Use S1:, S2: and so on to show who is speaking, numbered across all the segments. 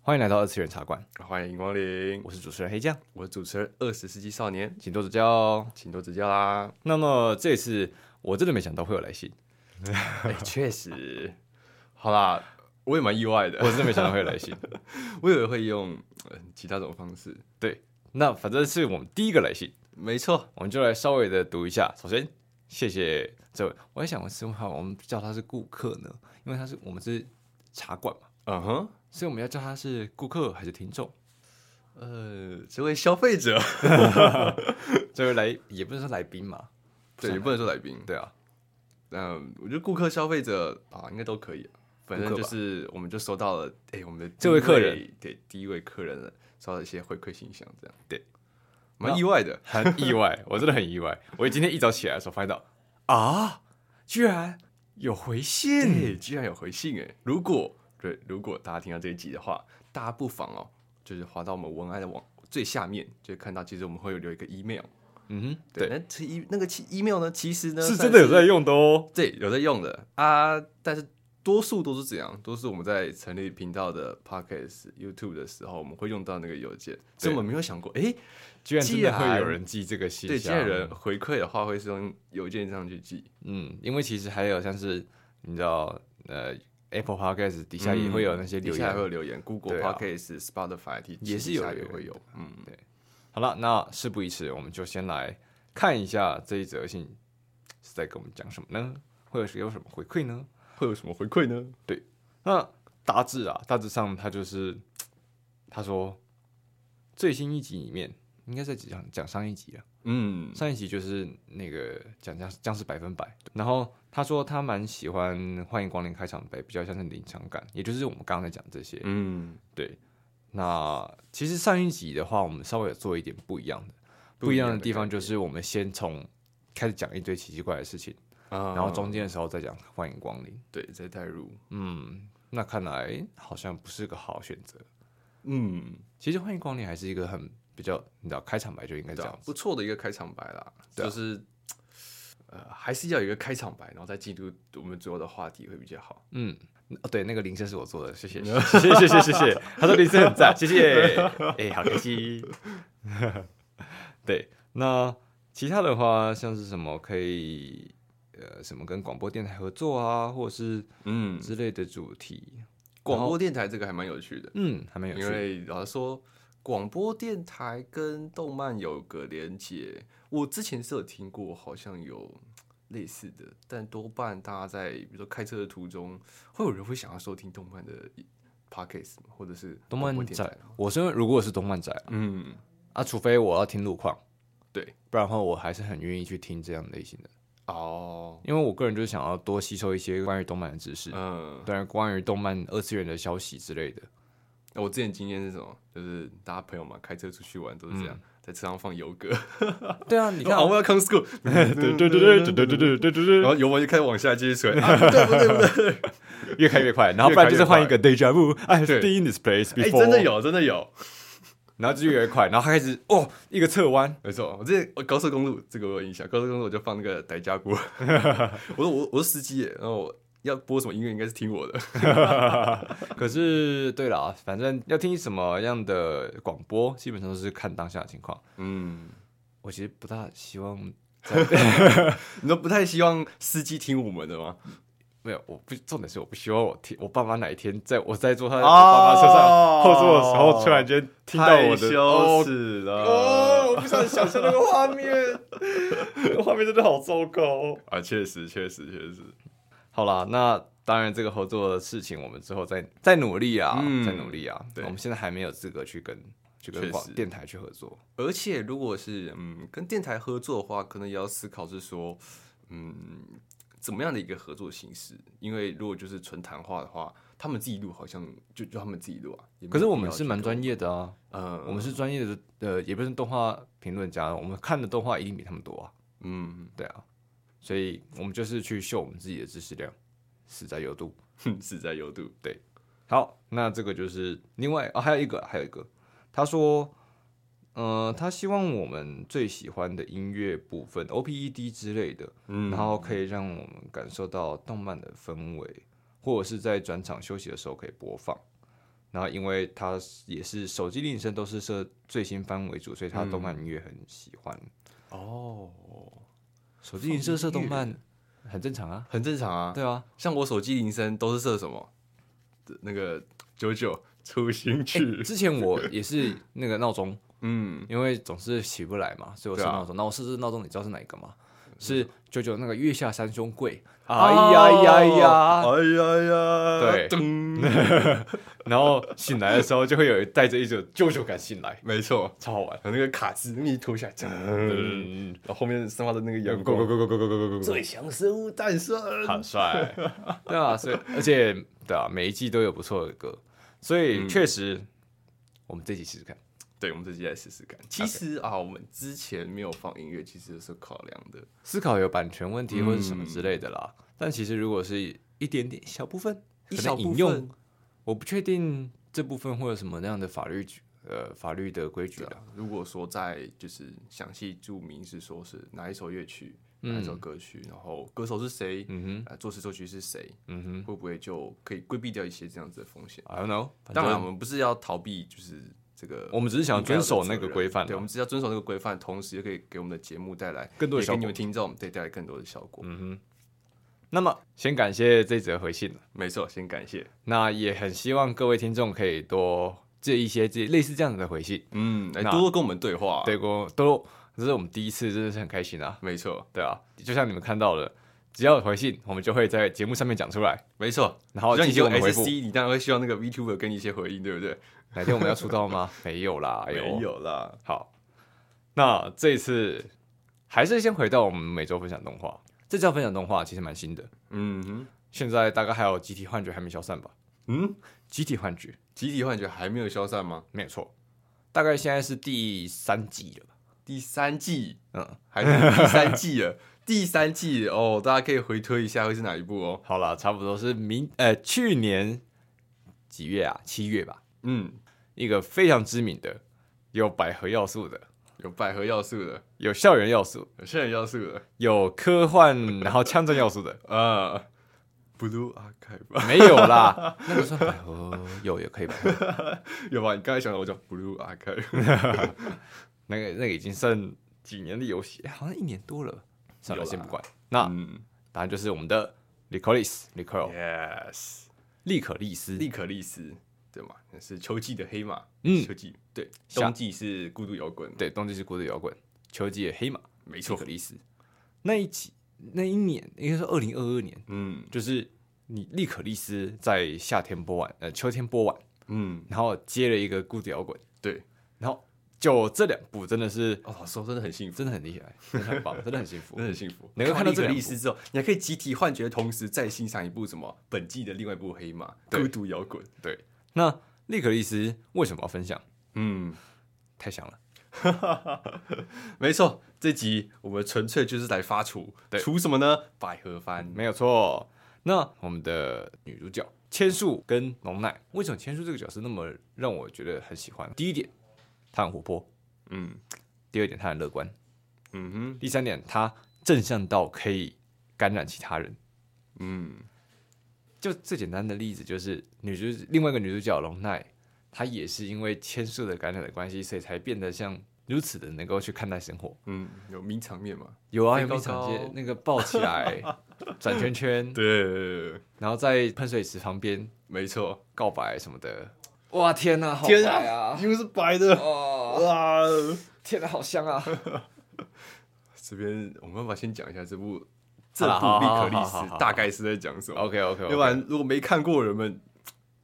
S1: 欢迎来到二次元茶馆，
S2: 欢迎光临，
S1: 我是主持人黑酱，
S2: 我是主持人二十世纪少年，
S1: 请多指教哦。
S2: 请多指 教啦。
S1: 那么这次我真的没想到会有来信，
S2: 哎，确实，好啦，我也蛮意外的，
S1: 我真的没想到会有来信。
S2: 我以为会用、呃其他种方式。
S1: 对，那反正是我们第一个来信，
S2: 没错，
S1: 我们就来稍微的读一下。首先，谢谢这位，我在想，我是好，我们叫他是顾客呢，因为他是我们是茶馆嘛，
S2: 嗯哼，
S1: 所以我们要叫他是顾客还是听众？
S2: 呃，这位消 费者，
S1: 这位来也不是说来宾嘛，
S2: 对，也不能说来宾，
S1: 对啊，
S2: 嗯、我觉得顾客、消费者啊，应该都可以啊。反正
S1: 顾客
S2: 就
S1: 吧
S2: 是，我们就收到了，哎、我们的
S1: 这位
S2: 第一
S1: 客人，
S2: 对，第一位客人了，收到一些回馈信箱，这样，
S1: 对，
S2: 蛮
S1: 那
S2: 意外的。
S1: 很意外， 我真的很意外。我今天一早起来的时候发现到啊，居然有回信。
S2: 对，居然有回信哎！如果对，如果大家听到这一集的话，大家不妨哦，就是滑到我们文案的网最下面，就会看到其实我们会有留一个 email。
S1: 嗯哼，
S2: 对，，那其 e 那个其 email 呢，其实呢
S1: 是
S2: 算
S1: 真的有在用的哦。
S2: 对有在用的啊，但是多数都是这样，都是我们在成立频道的 podcast、YouTube 的时候，我们会用到那个邮件，所以我们没有想过，哎，
S1: 居然真的
S2: 既
S1: 会
S2: 然
S1: 有人寄这个信
S2: 对，
S1: 箱，
S2: 现在人回馈的话会是用邮件上去寄，
S1: 嗯，因为其实还有像是你知道，呃，Apple Podcast 底嗯下也会有那些留
S2: 底下
S1: 言
S2: 还会。有留言，Google
S1: 对啊
S2: podcast、Spotify
S1: 也是有
S2: 底下也
S1: 留言
S2: 会有，嗯，
S1: 好了，那事不宜迟，我们就先来看一下这一则信是在跟我们讲什么呢？会有有什么回馈呢？
S2: 会有什么回馈呢？
S1: 那大致啊，大致上他就是他说最新一集里面应该在讲讲上一集啊，
S2: 嗯，
S1: 上一集就是那个讲僵僵尸百分百，然后他说他蛮喜欢《欢迎光临》开场白，比较像是临场感，也就是我们刚刚在讲这些。
S2: 嗯，
S1: 对，那其实上一集的话，我们稍微有做一点不一样的，不一样的地方就是我们先从开始讲一堆奇奇怪怪的事情，
S2: 啊，
S1: 然后中间的时候再讲欢迎光临。
S2: 对再带入，
S1: 嗯，那看来好像不是个好选择。
S2: 嗯，
S1: 其实欢迎光临还是一个很比较，你知道开场白就应该这
S2: 对
S1: 样
S2: 啊，不错的一个开场白啦，
S1: 对啊
S2: 就是呃，还是要有一个开场白，然后再进入我们最后的话题会比较好。
S1: 嗯，哦，对，那个铃声是我做的，谢谢， 谢谢，谢谢，谢 谢。他说铃声很赞，谢 谢。哎、好开心。 对，那其他的话，像是什么可以呃，什么跟广播电台合作啊，或者是
S2: 嗯，
S1: 之类的主题，
S2: 广播电台这个还蛮有趣的，
S1: 嗯，还蛮有
S2: 因
S1: 趣。
S2: 为老实说，广播电台跟动漫有个连接，我之前是有听过，好像有。类似的，但多半大家在比如说开车的途中，会有人会想要收听动漫的 podcast 吗或者是
S1: 动
S2: 广播
S1: 漫
S2: 电
S1: 仔
S2: 台吗，
S1: 我身为如果是动漫仔
S2: 嗯，
S1: 啊，除非我要听路况，
S2: 对，
S1: 不然的话我还是很愿意去听这样类型的，
S2: 哦，
S1: 因为我个人就是想要多吸收一些关于动漫的知识，
S2: 嗯，
S1: 当然关于动漫二次元的消息之类的。
S2: 那我之前经验是什么？就是大家朋友嘛，开车出去玩都是这样，在车上放游歌，
S1: 对啊，嗯你看
S2: 啊，我要 come school，
S1: 对对对对对对对对对
S2: 然
S1: 对，
S2: 后油门就开始往下继续吹，啊不对不对不对，
S1: 越开越快，然后不然就是换一个 deja vu，哎
S2: 对
S1: ，stay in this place
S2: 哎，
S1: before，
S2: 真的，有真的有，
S1: 然后就越来越快，然后他开始哦，一个侧弯，
S2: 没错，我之前呃我高速公路这个我有印象，高速公路我就放那个傣家 鼓，我说我我是司机耶，然后我要播什么音乐应该是听我的，
S1: 可是对了啊，反正要听什么样的广播，基本上都是看当下的情况。
S2: 嗯，
S1: 我其实不大希望，
S2: 你都不太希望司机听我们的吗？
S1: 没有，我不重点是我不希望我听我爸妈哪一天在我在坐他我
S2: 哦
S1: 爸妈车上后座的时候，突然间听到我
S2: 太
S1: 的
S2: 羞
S1: 哦
S2: 耻了，
S1: 哦，我不想想象那个画面，那个画面真的好糟糕。
S2: 啊，确实确实确实，
S1: 好啦，那当然这个合作的事情，我们之后再再努力啊，
S2: 嗯
S1: 再努力啊。
S2: 对
S1: 我们现在还没有资格去跟去
S2: 确
S1: 跟
S2: 实
S1: 广电台去合作。
S2: 而且如果是嗯跟电台合作的话，可能也要思考是说，嗯怎么样的一个合作形式？因为如果就是纯谈话的话，他们自己录好像就就他们自己录啊。也没有
S1: 可是我
S2: 必
S1: 们
S2: 要
S1: 是
S2: 去
S1: 蛮
S2: 跟
S1: 专业的啊，
S2: 呃，
S1: 我们是专业的，呃，也不是动画评论家，啊我们看的动画一定比他们多啊。
S2: 嗯
S1: 对啊，所以我们就是去秀我们自己的知识量，死在有度。
S2: 哼 是在有度
S1: 好，那这个就是另外啊、还有一个，还有一个，他说，呃，他希望我们最喜欢的音乐部分 OPED 之类的，
S2: 嗯
S1: 然后可以让我们感受到动漫的氛围，或者是在转场休息的时候可以播放。然后因为它也是手机铃声都是设最新番为主，所以他动漫音乐很喜欢。
S2: 哦，
S1: 手机铃声设动漫很正常啊，
S2: 很正常啊。
S1: 对啊，
S2: 像我手机铃声都是设什么？那个九九出行曲，
S1: 之前我也是那个闹钟，
S2: 嗯，
S1: 因为总是起不来嘛，所以我设
S2: 对啊
S1: 闹钟。那、我设置闹钟，你知道是哪一个吗？是九九那个月下三兄贵，哦
S2: 哎呀呀，
S1: 对
S2: 噔，
S1: 然后醒来的时候就会有带着一种舅舅感醒来，
S2: 没错，
S1: 超好玩。
S2: 有那个卡兹密脱下来，噔，然
S1: 嗯，
S2: 后后面散发的那个阳
S1: 够够
S2: 光，
S1: 够够够够够够够，
S2: 最强生物诞生，
S1: 很帅， 对啊，所以而且对啊，每一季都有不错的歌，所以确实、我们这集试试看。
S2: 对，我们这期来试试看。其实啊，我们之前没有放音乐，其实是考量的，
S1: 思考有版权问题
S2: 嗯
S1: 或者什么之类的啦，但其实如果是一点点小部分，嗯可
S2: 一
S1: 能
S2: 小部
S1: 引用
S2: 分，
S1: 我不确定这部分会有什么那样的法律举呃法律的规矩
S2: 对
S1: 了。
S2: 啊。如果说在就是详细注明是说是哪一首乐曲、哪一首歌曲，然后歌手是谁，
S1: 嗯嗯哼，
S2: 啊，作词作曲是谁，
S1: 嗯哼
S2: 会不会就可以规避掉一些这样子的风险？
S1: ，I don't know 反正。
S2: 当然，我们不是要逃避，就是这个，
S1: 我们只是想遵守那个规范啊
S2: 对，我们只是要遵守那个规范，同时也可以给我们的节目带来
S1: 更多的
S2: 也
S1: 效
S2: 给
S1: 果
S2: 你们听众对带来更多的效果。
S1: 嗯哼。那么，先感谢这则回信，
S2: 没错，先感谢，
S1: 那也很希望各位听众可以多借一些这类似这样子的回信，
S2: 嗯，来
S1: 那
S2: 多多跟我们对话，啊
S1: 对，我都这是我们第一次，真的是很开心啊，
S2: 没错，
S1: 对啊，就像你们看到的，只要有回信，我们就会在节目上面讲出来，
S2: 没错。
S1: 然后
S2: 让
S1: 进
S2: 你
S1: 行
S2: 用
S1: 我们回复
S2: SC，。你当然会希望那个 VTuber 给你一些回应，对不对？
S1: 哪天我们要出道吗？ 没有 啦，哎呦
S2: 没。有啦，
S1: 好，那这一次还是先回到我们每周分享动画，这次要分享动画其实蛮新的，
S2: 嗯哼
S1: 现在大概还有集体幻觉还没消散吧？
S2: 嗯，
S1: 集体幻觉
S2: 集体幻觉还没有消散吗？
S1: 没有错，大概现在是第三季了吧？
S2: 第三季
S1: 嗯，
S2: 还是第三季 了？第三季哦，大家可以回推一下会是哪一部哦。
S1: 好啦，差不多是明呃去年几月啊？七月吧，
S2: 嗯，
S1: 一个非常知名的，有百合要素的，
S2: 有百合要素的，
S1: 有校园要素，
S2: 有圣人要素的，
S1: 有科幻，然后枪战要 素的，
S2: 啊，Blue Archive
S1: 没有啦，那个算百合有也可以吧？
S2: 有吧？你刚才想到我讲 Blue Archive，
S1: 那个那个已经剩几年的游戏，哎好像一年多了。算了，
S2: 有啦
S1: 先不管。那
S2: 嗯
S1: 答案就是我们的 Licolis Licoil
S2: ，Yes，
S1: 利可利斯。
S2: 利可利斯对吗？那是秋季的黑马，
S1: 嗯
S2: 秋季对，
S1: 夏
S2: 冬季是孤独摇滚，，
S1: 对，冬季是古典摇滚，秋季的黑马
S2: 没
S1: 利
S2: 错
S1: 可，利斯。那一集那一年应该是二零二二年，
S2: 嗯
S1: 就是你利可利斯在夏天播完，呃，秋天播完，
S2: 嗯，
S1: 然后接了一个古典摇滚，
S2: 对，
S1: 然后就这两部真的是
S2: 哦，老师我真的很幸福，
S1: 真的很厉害，真的很棒，真的很幸福
S2: 真。的很幸福。
S1: 能够看到
S2: 利
S1: 这
S2: 可
S1: 两
S2: 利
S1: 部
S2: 斯之后，你还可以集体幻觉，同时再欣赏一部什么本季的另外一部黑马《
S1: 对
S2: 孤独摇滚》。
S1: 对，那利可利斯为什么要分享？
S2: 嗯，
S1: 太香了。
S2: 没错，这集我们纯粹就是来发厨，
S1: 对
S2: 厨什么呢？百合番。
S1: 没有错。那我们的女主角千树跟龙奈，为什么千树这个角色那么让我觉得很喜欢？第一点，她很活泼；
S2: 嗯
S1: 第二点，她很乐观；
S2: 嗯哼
S1: 第三点，她正向到可以感染其他人。
S2: 嗯
S1: 就最简单的例子就是女主另外一个女主角龙奈，她也是因为千树的感染的关系，所以才变得像如此的能够去看待生活。
S2: 嗯，有名场面嘛？
S1: 有啊，
S2: 飞
S1: 有没有
S2: 高
S1: 场
S2: 高
S1: 见那个抱起 来转圈圈，
S2: 对，
S1: 然后在喷水池旁边
S2: 没错。
S1: 告白什么的。哇天哪、好
S2: 天
S1: 白啊！
S2: 又是白的
S1: 哦，
S2: 哇！
S1: 天哪、好香 啊！
S2: 这边我们要不要先讲一下这部这
S1: 好啦
S2: 部
S1: 好
S2: 《利
S1: 好
S2: 可利
S1: 好
S2: 斯
S1: 好好》
S2: 大概是在讲什么？
S1: OK OK，
S2: 要不然如果没看过的人们，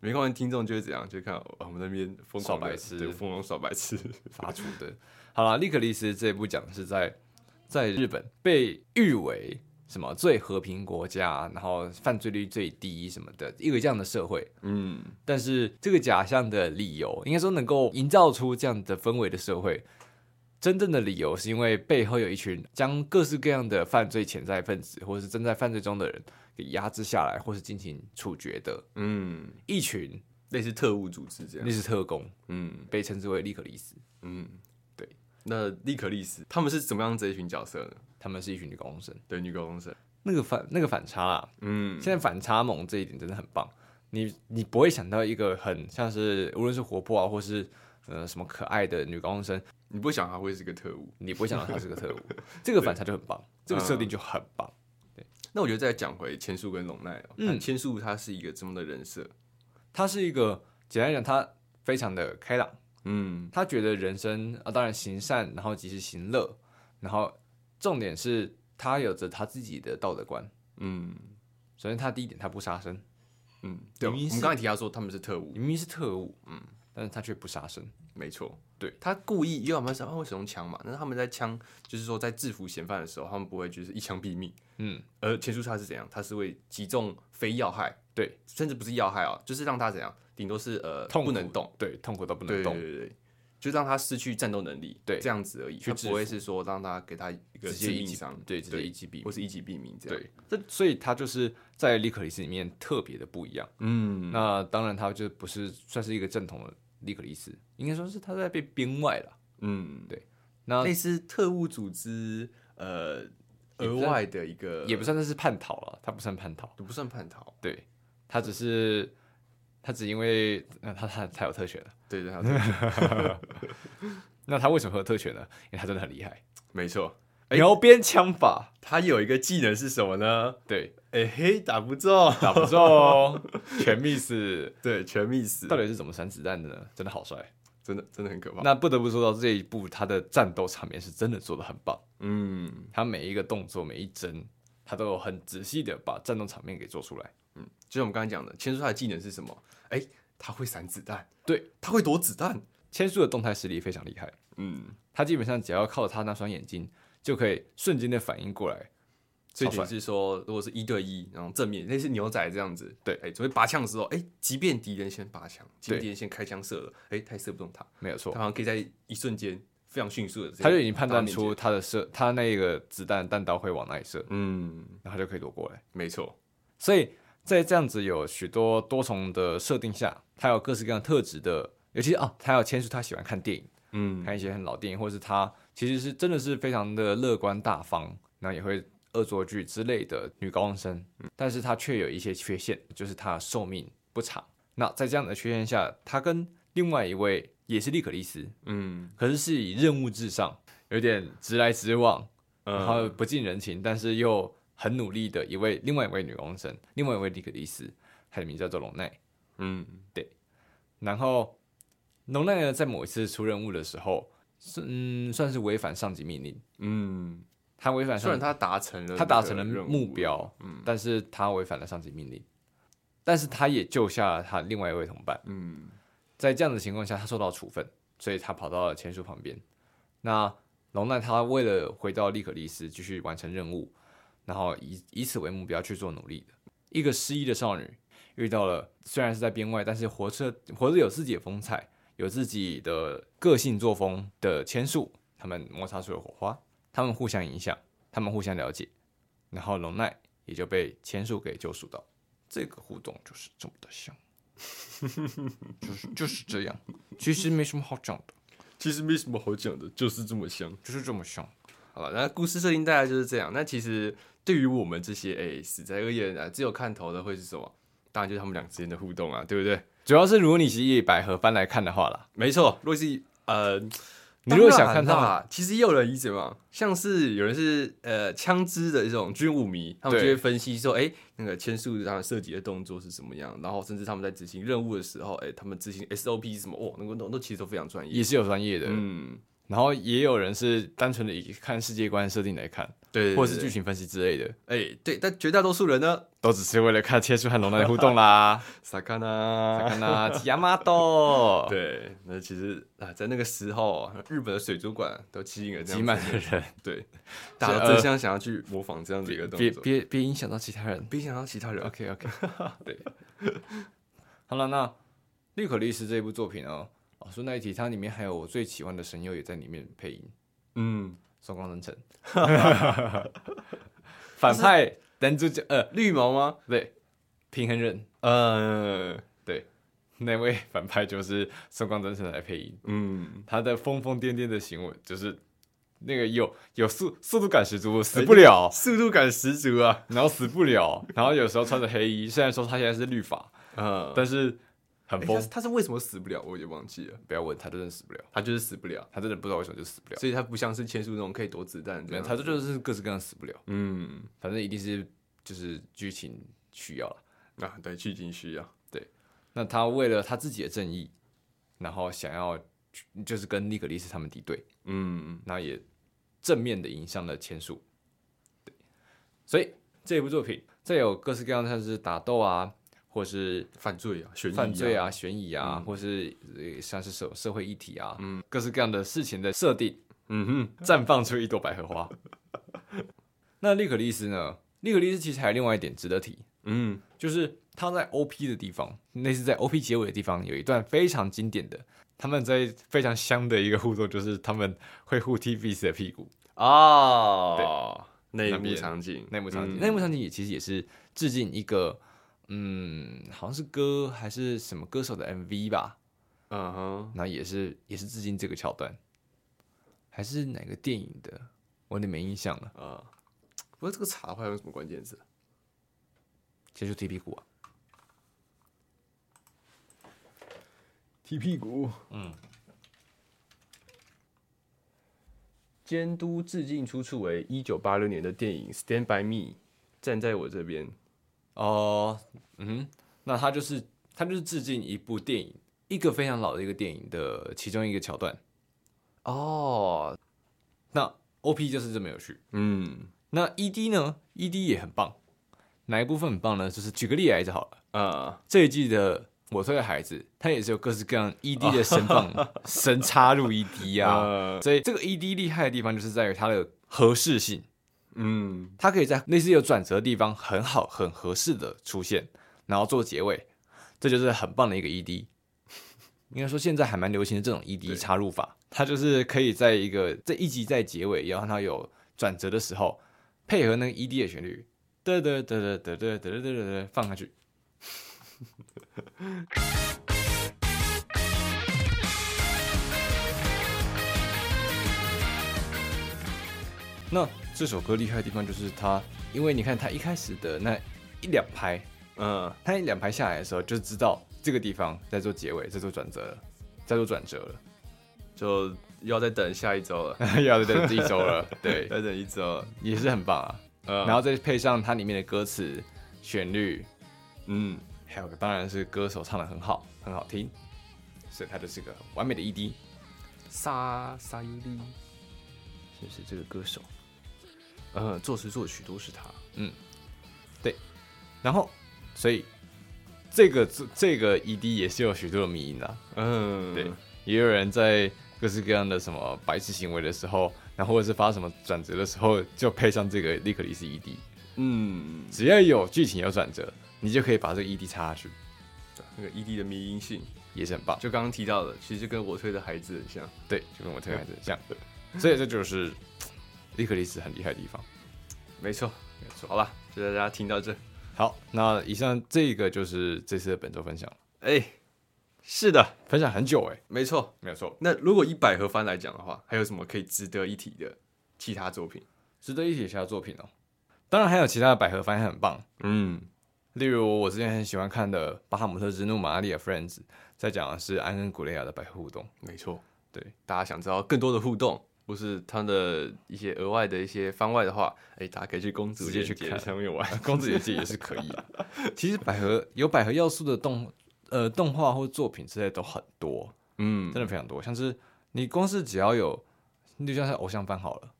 S2: 没看完听众就会怎样？就看哦我们那边疯狂
S1: 耍
S2: 地
S1: 白痴
S2: 对疯狂耍白 痴。
S1: 发出的。好了，《利可利斯》这部讲的是在在日本被誉为什么最和平国家，然后犯罪率最低什么的一个这样的社会。
S2: 嗯，
S1: 但是这个假象的理由，应该说能够营造出这样的氛围的社会，真正的理由是因为背后有一群将各式各样的犯罪潜在分子，或者是正在犯罪中的人给压制下来，或是进行处决的
S2: 嗯，
S1: 一群
S2: 类似特务组织这样
S1: 那。是特工，
S2: 嗯
S1: 被称之为利可利斯，
S2: 嗯，对。那利可利斯他们是怎么样子的一群角色呢？
S1: 他们是一群女高中生。
S2: 对，女高中生。
S1: 那个反那个反差啊，
S2: 嗯
S1: 现在反差萌这一点真的很棒。你你不会想到一个很像是无论是活泼啊，或是呃什么可爱的女高中生，
S2: 你不想他会是个特务。
S1: 你不会想到她是个 特务，这个反差就很棒，这个设定就很棒。
S2: 那我觉得再讲回千树跟龙奈哦，
S1: 嗯
S2: 嗯，千树他是一个怎么样的人设？
S1: 她是一个简单来讲，她非常的开朗，
S2: 嗯
S1: 她觉得人生啊，当然行善，然后及时行乐，然后重点是她有着她自己的道德观。
S2: 嗯
S1: 首先，她第一点，她不杀生，
S2: 嗯，对，我
S1: 明明
S2: 们
S1: 是
S2: 刚才提到说他们是特务，
S1: 明明是特务，嗯，但是她却不杀生。
S2: 没错，
S1: 对
S2: 他故意，因为他们是他们会使用枪嘛，但是他们在枪，就是说在制服嫌犯的时候，他们不会就是一枪毙命。
S1: 嗯，
S2: 而钱叔他是怎样？他是会击中非要害，
S1: 对，
S2: 甚至不是要害啊，就是让他怎样，顶多是呃
S1: 痛苦
S2: 不能动，
S1: 对，痛苦到不
S2: 对
S1: 能
S2: 对
S1: 动，
S2: 对对，就让他失去战斗能力，
S1: 对
S2: 这样子而已，
S1: 去
S2: 他
S1: 制
S2: 不会是说让他给他一个
S1: 直
S2: 致
S1: 接一
S2: 命
S1: 击
S2: 伤，，
S1: 对，直接一击毙
S2: 或
S1: 命。
S2: 是一击毙命这样。，
S1: 对，这所以她就是在《利可里斯》里面特别的不一样。
S2: 嗯，
S1: 那当然，她就不是算是一个正统的利可里斯，应该说是她在被编外了。
S2: 嗯，
S1: 对那
S2: 类似特务组织呃
S1: 也
S2: 额
S1: 不算
S2: 外的一个，
S1: 也不算是叛逃了，他不算叛逃，
S2: 也不算叛逃，
S1: 对他只是他只因为那他他他有特权了。
S2: 对对，还 有这个
S1: 那他为什么会有特权呢？因为他真的很厉害，
S2: 没错。
S1: 描边枪法，
S2: 他有一个技能是什么呢？
S1: 对，
S2: 哎、嘿，打不中，
S1: 打不中，全 miss，
S2: 对，全 miss，
S1: 到底是怎么闪子弹的呢？真的好帅。
S2: 真的真的很可怕。
S1: 那不得不说到这一部，他的战斗场面是真的做的很棒，
S2: 嗯，
S1: 他每一个动作每一帧，他都有很仔细的把战斗场面给做出来。
S2: 就像我们刚才讲的，千叔他的技能是什么？哎、他会闪子弹，
S1: 对，
S2: 他会躲子弹。
S1: 千树的动态视力非常厉害，
S2: 嗯，
S1: 他基本上只要靠他那双眼睛，就可以瞬间的反应过来。
S2: 所以
S1: 超帅
S2: 等于是说，如果是一对一，然后正面类似牛仔这样子，
S1: 对
S2: 哎、准备拔枪的时候，哎、即便敌人先拔枪，即
S1: 对
S2: 便敌人先开枪射了，哎、他也射不中他，
S1: 没有
S2: 他
S1: 错
S2: 好，像可以在一瞬间非常迅速的，
S1: 他就已经判断
S2: 打到面
S1: 出
S2: 前，
S1: 他的射，他那个子弹弹道会往哪里射，
S2: 嗯，
S1: 然后他就可以躲过来。
S2: 没错，
S1: 所以在这样子有许多多重的设定下，他有各式各样特质的，尤其是啊，他有签署他喜欢看电影，
S2: 嗯，
S1: 看一些很老电影，或者是他其实是真的是非常的乐观大方，然后也会恶作剧之类的女高中生，但是她却有一些缺陷，就是她的寿命不长。那在这样的缺陷下，她跟另外一位也是利可利斯，
S2: 嗯，
S1: 可是是以任务至上，有点直来直往，
S2: 嗯
S1: 然后不近人情，但是又很努力的一位另外一位女工生，另外一位利可利斯，她的名字叫做龙奈。
S2: 嗯，
S1: 然后龙奈呢，在某一次出任务的时候，是嗯，算是违反上级命令，
S2: 嗯，
S1: 她违反
S2: 虽
S1: 上
S2: 然他达成了，
S1: 她达成了目，标，
S2: 嗯
S1: 但是她违反了上级命令，但是她也救下了她另外一位同伴。
S2: 嗯，
S1: 在这样的情况下，他受到处分，所以他跑到了千树旁边。那龙奈他为了回到利可利斯继续完成任务，然后以以此为目标去做努力的一个失忆的少女，遇到了虽然是在边外，但是活着活着有自己的风采，有自己的个性作风的千树，他们摩擦出了火花，他们互相影响，他们互相了解，然后龙奈也就被千树给救赎到。这个互动就是这么的像。就是就是这样，其实没什么好讲的，
S2: 其实没什么好讲的，就是这么香。
S1: 就是这么凶。
S2: 好了，那故事设定大概就是这样。那其实对于我们这些哎、死宅而言啊，只有看头的会是什么？当然就是他们俩之间的互动啊，对不对？
S1: 主要是如果你是以百合番来看的话啦，
S2: 没错，若是呃，
S1: 你如果想看
S2: 当然
S1: 他
S2: 啦，其实也有人以怎么样，像是有人是呃枪支的一种军武迷，他们就
S1: 对
S2: 会分析说，哎、那个千树他们设计的动作是什么样，然后甚至他们在执行任务的时候，哎、他们执行 SOP 是什么，哦，那个都都其实都非常专业。
S1: 也是有专业的，
S2: 嗯，
S1: 然后也有人是单纯的以看世界观设定来看，
S2: 对
S1: 或者是剧
S2: 情，
S1: 情分析之类的，
S2: 哎、对，但绝大多数人呢，
S1: 都只是为了看切树和龙奈的互动 啦。
S2: 萨卡纳，
S1: 看呐，吉亚马多，
S2: 哦 对，那其实啊，在那个时候，日本的水族馆都吸引了
S1: 挤
S2: 这样子，
S1: 满的人，
S2: 对，大家都争相想要去模仿这样子一个动
S1: 呃别
S2: 作，
S1: 别别影响到其他人。
S2: 别想到其他人。
S1: OK OK，对，好了，那《利可利斯》这部作品哦，哦，顺带一提，它里面还有我最喜欢的声优也在里面配音，
S2: 嗯，
S1: 松光 人城，反派男主角呃，
S2: 绿毛吗？
S1: 不对，平衡人
S2: 呃，
S1: 那位 反派就是松光真诚来配音，
S2: 嗯，
S1: 他的疯疯癫癫的行为就是那个有有速速度感十足，死不了，
S2: 哎速度感十足啊！
S1: 然后死不了，然后有时候穿着黑衣，虽然说他现在是绿发，
S2: 嗯，
S1: 但是很
S2: 诶
S1: 疯
S2: 哎他是，他是为什么死不了？我也忘记了，
S1: 不要问他，真的死不了，
S2: 他就是死不了，
S1: 他真的不知道为什么就死不了，
S2: 所以他不像是千树那种可以躲子弹
S1: 啊
S2: 这
S1: 没有
S2: 样。
S1: 他这就是各式各样死不了，
S2: 嗯
S1: 反正一定是就是剧情需要了。
S2: 啊，对，去景需要
S1: 那他为了他自己的正义，然后想要去就是跟尼可利斯他们敌对，
S2: 嗯
S1: 那也正面的影响了千树。对，所以这部作品，这有各式各样的像是打斗啊，或是
S2: 犯罪啊，悬疑
S1: 犯罪，啊、悬疑啊，或是呃像是社社会议题啊，嗯，各式各样的事情的设定，
S2: 嗯哼，
S1: 绽放出一朵百合花。 那利可利斯呢？利可利斯其实还有另外一点值得提，
S2: 嗯
S1: 就是他在 OP 的地方，类似在 OP 结尾的地方，有一段非常经典的，他们在非常香的一个互动，就是他们会互踢彼此的屁股。
S2: 啊，那一
S1: 那
S2: 幕
S1: 边
S2: 场景，
S1: 那幕场景，
S2: 嗯
S1: 那幕场景也其实也是致敬一个，嗯，好像是歌还是什么歌手的 MV 吧，
S2: 嗯哼，
S1: 那也是也是致敬这个桥段，还是哪个电影的，我有点没印象了。
S2: 啊，不过这个茶会用什么关键字？
S1: 其实就踢屁股啊，
S2: 踢屁股。嗯。监督致敬出处为一九八六年的电影《Stand by Me》，站在我这边。
S1: 哦、嗯，那他就是他就是致敬一部电影，一个非常老的一个电影的其中一个桥段。
S2: 哦，
S1: 那 OP 就是这么有趣，
S2: 嗯，
S1: 那 ED 呢？ED 也很棒，哪一部分很棒呢？就是举个例来就好了。
S2: 啊，
S1: 这一季的《我推的孩子》，它也是有各式各样 ED 的神放神插入 ED 啊，
S2: 呃，
S1: 所以这个 ED 厉害的地方就是在于它的合适性，
S2: 嗯，
S1: 它可以在类似有转折的地方很好、很合适的出现，然后做结尾，这就是很棒的一个 ED。应该说现在还蛮流行的这种 ED 插入法，它就是可以在一个这一集在结尾，也要让它有转折的时候，配合那个 ED 的旋律，嘚嘚嘚嘚嘚嘚嘚嘚嘚嘚放上去。那这首歌厉害的地方就是它，因为你看它一开始的那一两拍，
S2: 嗯，
S1: 它一两拍下来的时候，就知道这个地方在做结尾，在做转折了，在做转折了，
S2: 就要再等下一周了，
S1: 要再等一周了，对，
S2: 再等一周了。
S1: 也是很棒啊。
S2: 嗯
S1: 然后再配上它里面的歌词、旋律，
S2: 嗯，
S1: 还有当然是歌手唱的很好，很好听，所以它就是个完美的 E ED，
S2: 沙沙伊利
S1: 是不是这个歌手？
S2: 呃，作词作曲都是他。
S1: 然后，所以这个这个 ED 也是有许多的迷因的、啊
S2: 嗯，
S1: 对，也有人在各式各样的什么白痴行为的时候，然后或者是发什么转折的时候，就配上这个利可里斯 ED，
S2: 嗯，
S1: E 只要有剧情有转折，你就可以把这个 ED 插下去，
S2: 那个 ED 的迷因性，
S1: 也是很棒。
S2: 就刚刚提到的，其实就跟我推的孩子很像。
S1: 对，就跟我推开的这样，所以这就是利可里斯很厉害的地方。
S2: 没错，没错。好吧，就大家听到这。
S1: 好，那以上这个就是这次的本周分享了，
S2: 哎、是的，
S1: 分享很久哎、
S2: 没错。
S1: 没有错。
S2: 那如果以百合番来讲的话，还有什么可以值得一提的其他作品？
S1: 值得一提一下的作品哦。当然还有其他的百合番也很棒，
S2: 嗯，
S1: 例如我之前很喜欢看的《巴哈姆特之怒》玛丽的 Friends，在讲的是安跟古雷亚的百合互动。
S2: 没错。
S1: 对，
S2: 大家想知道更多的互动，或是他的一些额外的一些番外的话，哎、大家可以去公主
S1: 直接
S2: 链
S1: 去
S2: 接
S1: 看
S2: 上面玩。
S1: 公子姐姐也是可以。其实百合有百合要素的动呃动画或作品之类都很多，
S2: 嗯，
S1: 真的非常多。像是你光是只要有，就像是偶像番好了，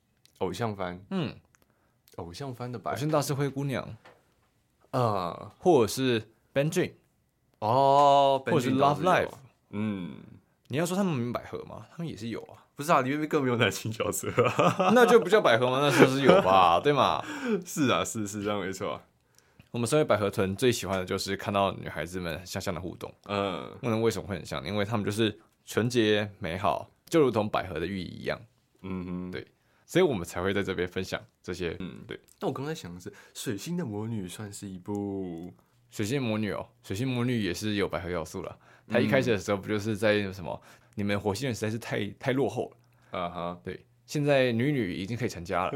S2: 偶像番，
S1: 嗯，
S2: 偶像番的
S1: 偶
S2: 百合，
S1: 像大师灰姑娘，
S2: 呃，
S1: 或者是 Benjin，
S2: 哦，
S1: 或者是
S2: Benjamin 倒
S1: Love
S2: 有
S1: Live。
S2: 嗯，
S1: 你要说他们没百合吗？他们也是有 啊，
S2: 不是啊，里面更没有男性角色、 啊。
S1: 那就不叫百合吗？那就是有吧，对吗？
S2: 是啊，是是这样没错、啊。
S1: 我们身为百合豚，最喜欢的就是看到女孩子们相像的互动。
S2: 嗯
S1: 问人为什么会很像？因为他们就是纯洁美好，就如同百合的寓意一样，
S2: 嗯哼，
S1: 对所以我们才会在这边分享这些。
S2: 嗯
S1: 对。
S2: 但我刚才想的是，《水星的魔女》算是一部
S1: 水星魔女哦，水星魔女也是有百合要素了。
S2: 嗯
S1: 她一开始的时候不就是在什么？你们火星人实在是太太落后了，
S2: 啊哈，
S1: 对，现在女女已经可以成家 了，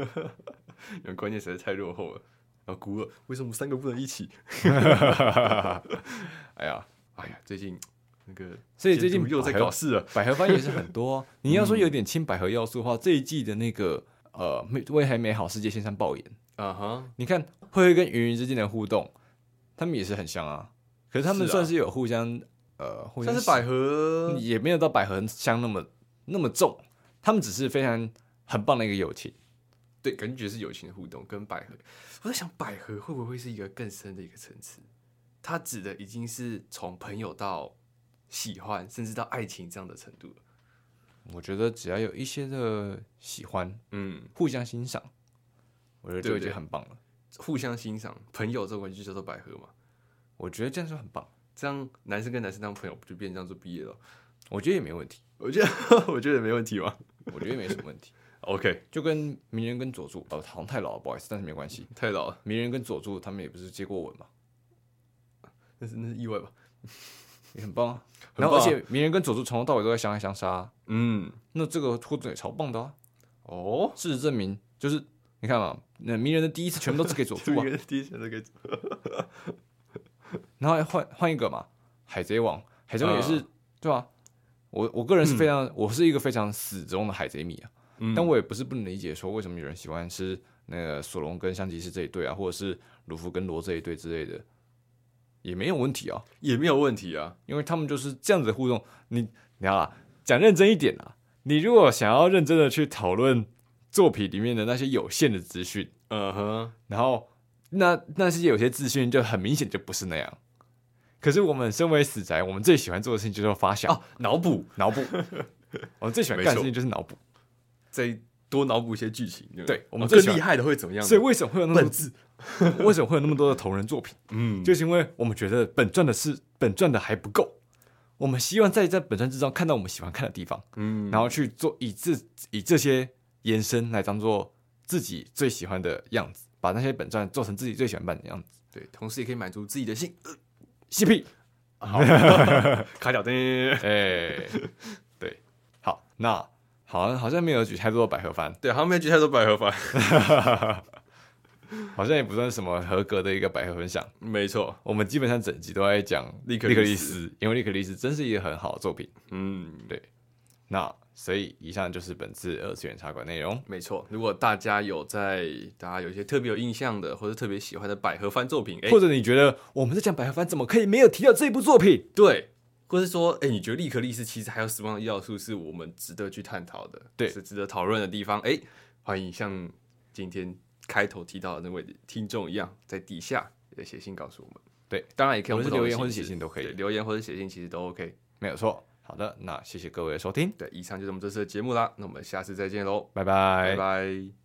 S2: 因为观念实在太落后了。然后估了，为什么三个不能一起？哎呀，哎呀，最近那个，
S1: 所以最近
S2: 又在
S1: 百合
S2: 搞嗯事了。
S1: 百合番也是很多 啊、你要说有点轻百合要素的话，这一季的那个呃《未还美好世界》线上爆演，
S2: 啊哈，
S1: 你看慧慧跟云云之间的互动，他们也是很像啊。可是他们
S2: 是啊
S1: 算是有互相、呃互相
S2: 但是
S1: 喜
S2: 百合
S1: 也没有到百合香那么那么重，他们只是非常很棒的一个友情。
S2: 对，感觉是友情的互动，跟百合。我在想，百合会不会是一个更深的一个层次？它指的已经是从朋友到喜欢，甚至到爱情这样的程度了。
S1: 我觉得只要有一些的喜欢，
S2: 嗯，
S1: 互相欣赏，我觉得就
S2: 对
S1: 已
S2: 对
S1: 经很棒了。
S2: 互相欣赏，朋友这种关系就叫做百合嘛。
S1: 我觉得这样就很棒，
S2: 这样男生跟男生当朋友，不就变这样做毕业了？
S1: 我觉得也没问题，
S2: 我觉得， 我觉得没问题嘛。
S1: 我觉得没什么问题。
S2: OK，
S1: 就跟鸣人跟佐助，哦，好像太老了，不好意思，但是没关系。
S2: 太老了，
S1: 鸣人跟佐助他们也不是接过吻嘛，
S2: 那是那是意外吧？
S1: 也很棒啊。
S2: 很
S1: 然
S2: 棒啊
S1: 后而且鸣人跟佐助从头到尾都在相爱相杀啊、
S2: 嗯，
S1: 那这个互动也超棒的啊。
S2: 哦，
S1: 事实证明，就是你看嘛，那鸣人的第一次全部都是给佐
S2: 这
S1: 助啊，
S2: 个第一选择给
S1: 然后换换一个嘛，海贼王，海贼王也是、对吧、我我个人是非常，我是一个非常死忠的海贼迷啊，
S2: 嗯
S1: 但我也不是不能理解说为什么有人喜欢吃那个索隆跟香吉士这一对啊，或者是鲁夫跟罗这一对之类的，也没有问题啊，
S2: 也没有问题啊。
S1: 因为他们就是这样子的互动。你你要啊，讲认真一点啊，你如果想要认真的去讨论作品里面的那些有限的资讯，
S2: 嗯哼，
S1: 然后那那些有些资讯就很明显就不是那样。可是我们身为死宅，我们最喜欢做的事情就是发想、
S2: 哦，脑补，
S1: 脑 补。我们最喜欢干的事情就是脑补。
S2: 再多脑补一些剧情，对不
S1: 对我们
S2: 哦
S1: 最
S2: 更
S1: 喜欢
S2: 厉害的会怎么样呢？
S1: 所以为什么会有那么
S2: 本
S1: 多？为什么会有那么多的同人作品？
S2: 嗯，
S1: 就是因为我们觉得本传的是本传的还不够，我们希望在在本传之中看到我们喜欢看的地方，
S2: 嗯，
S1: 然后去做以这以这些延伸来当做自己最喜欢的样子，把那些本传做成自己最喜欢版的样子。
S2: 对，同时也可以满足自己 的性。
S1: CP，
S2: 好，卡脚钉。
S1: 哎、对，好，那好像好像没有举太多的百合番，
S2: 对，他们剧太多百 合番，
S1: 好像也不算什么合格的一个百合分享。
S2: 没错。
S1: 我们基本上整集都在讲
S2: 利可
S1: 利可
S2: 利
S1: 利
S2: 斯
S1: 斯，因为利可利斯真是一个很好的作品。
S2: 嗯，
S1: 对，那所以以上就是本次二次元茶馆内容。
S2: 没错。如果大家有在，大家有一些特别有印象的，或者特别喜欢的百合番作品，哎、
S1: 或者你觉得我们在讲百合番，怎么可以没有提到这部作品？
S2: 对，或是说，哎、你觉得利可利斯其实还有什么样的要素是我们值得去探讨的？
S1: 对
S2: 是值得讨论的地方。哎、欢迎像今天开头提到的那位听众一样，在底下也写信告诉我们。
S1: 对，
S2: 当然也可以用
S1: 无论是
S2: 不同
S1: 留
S2: 的
S1: 言或者
S2: 形
S1: 写
S2: 式
S1: 信都可以
S2: 对留言或者写信其实都 OK。
S1: 没有错。好的，那谢谢各位的收听，
S2: 对，以上就是我们这次的节目啦，那我们下次再见喽，
S1: 拜拜
S2: 拜拜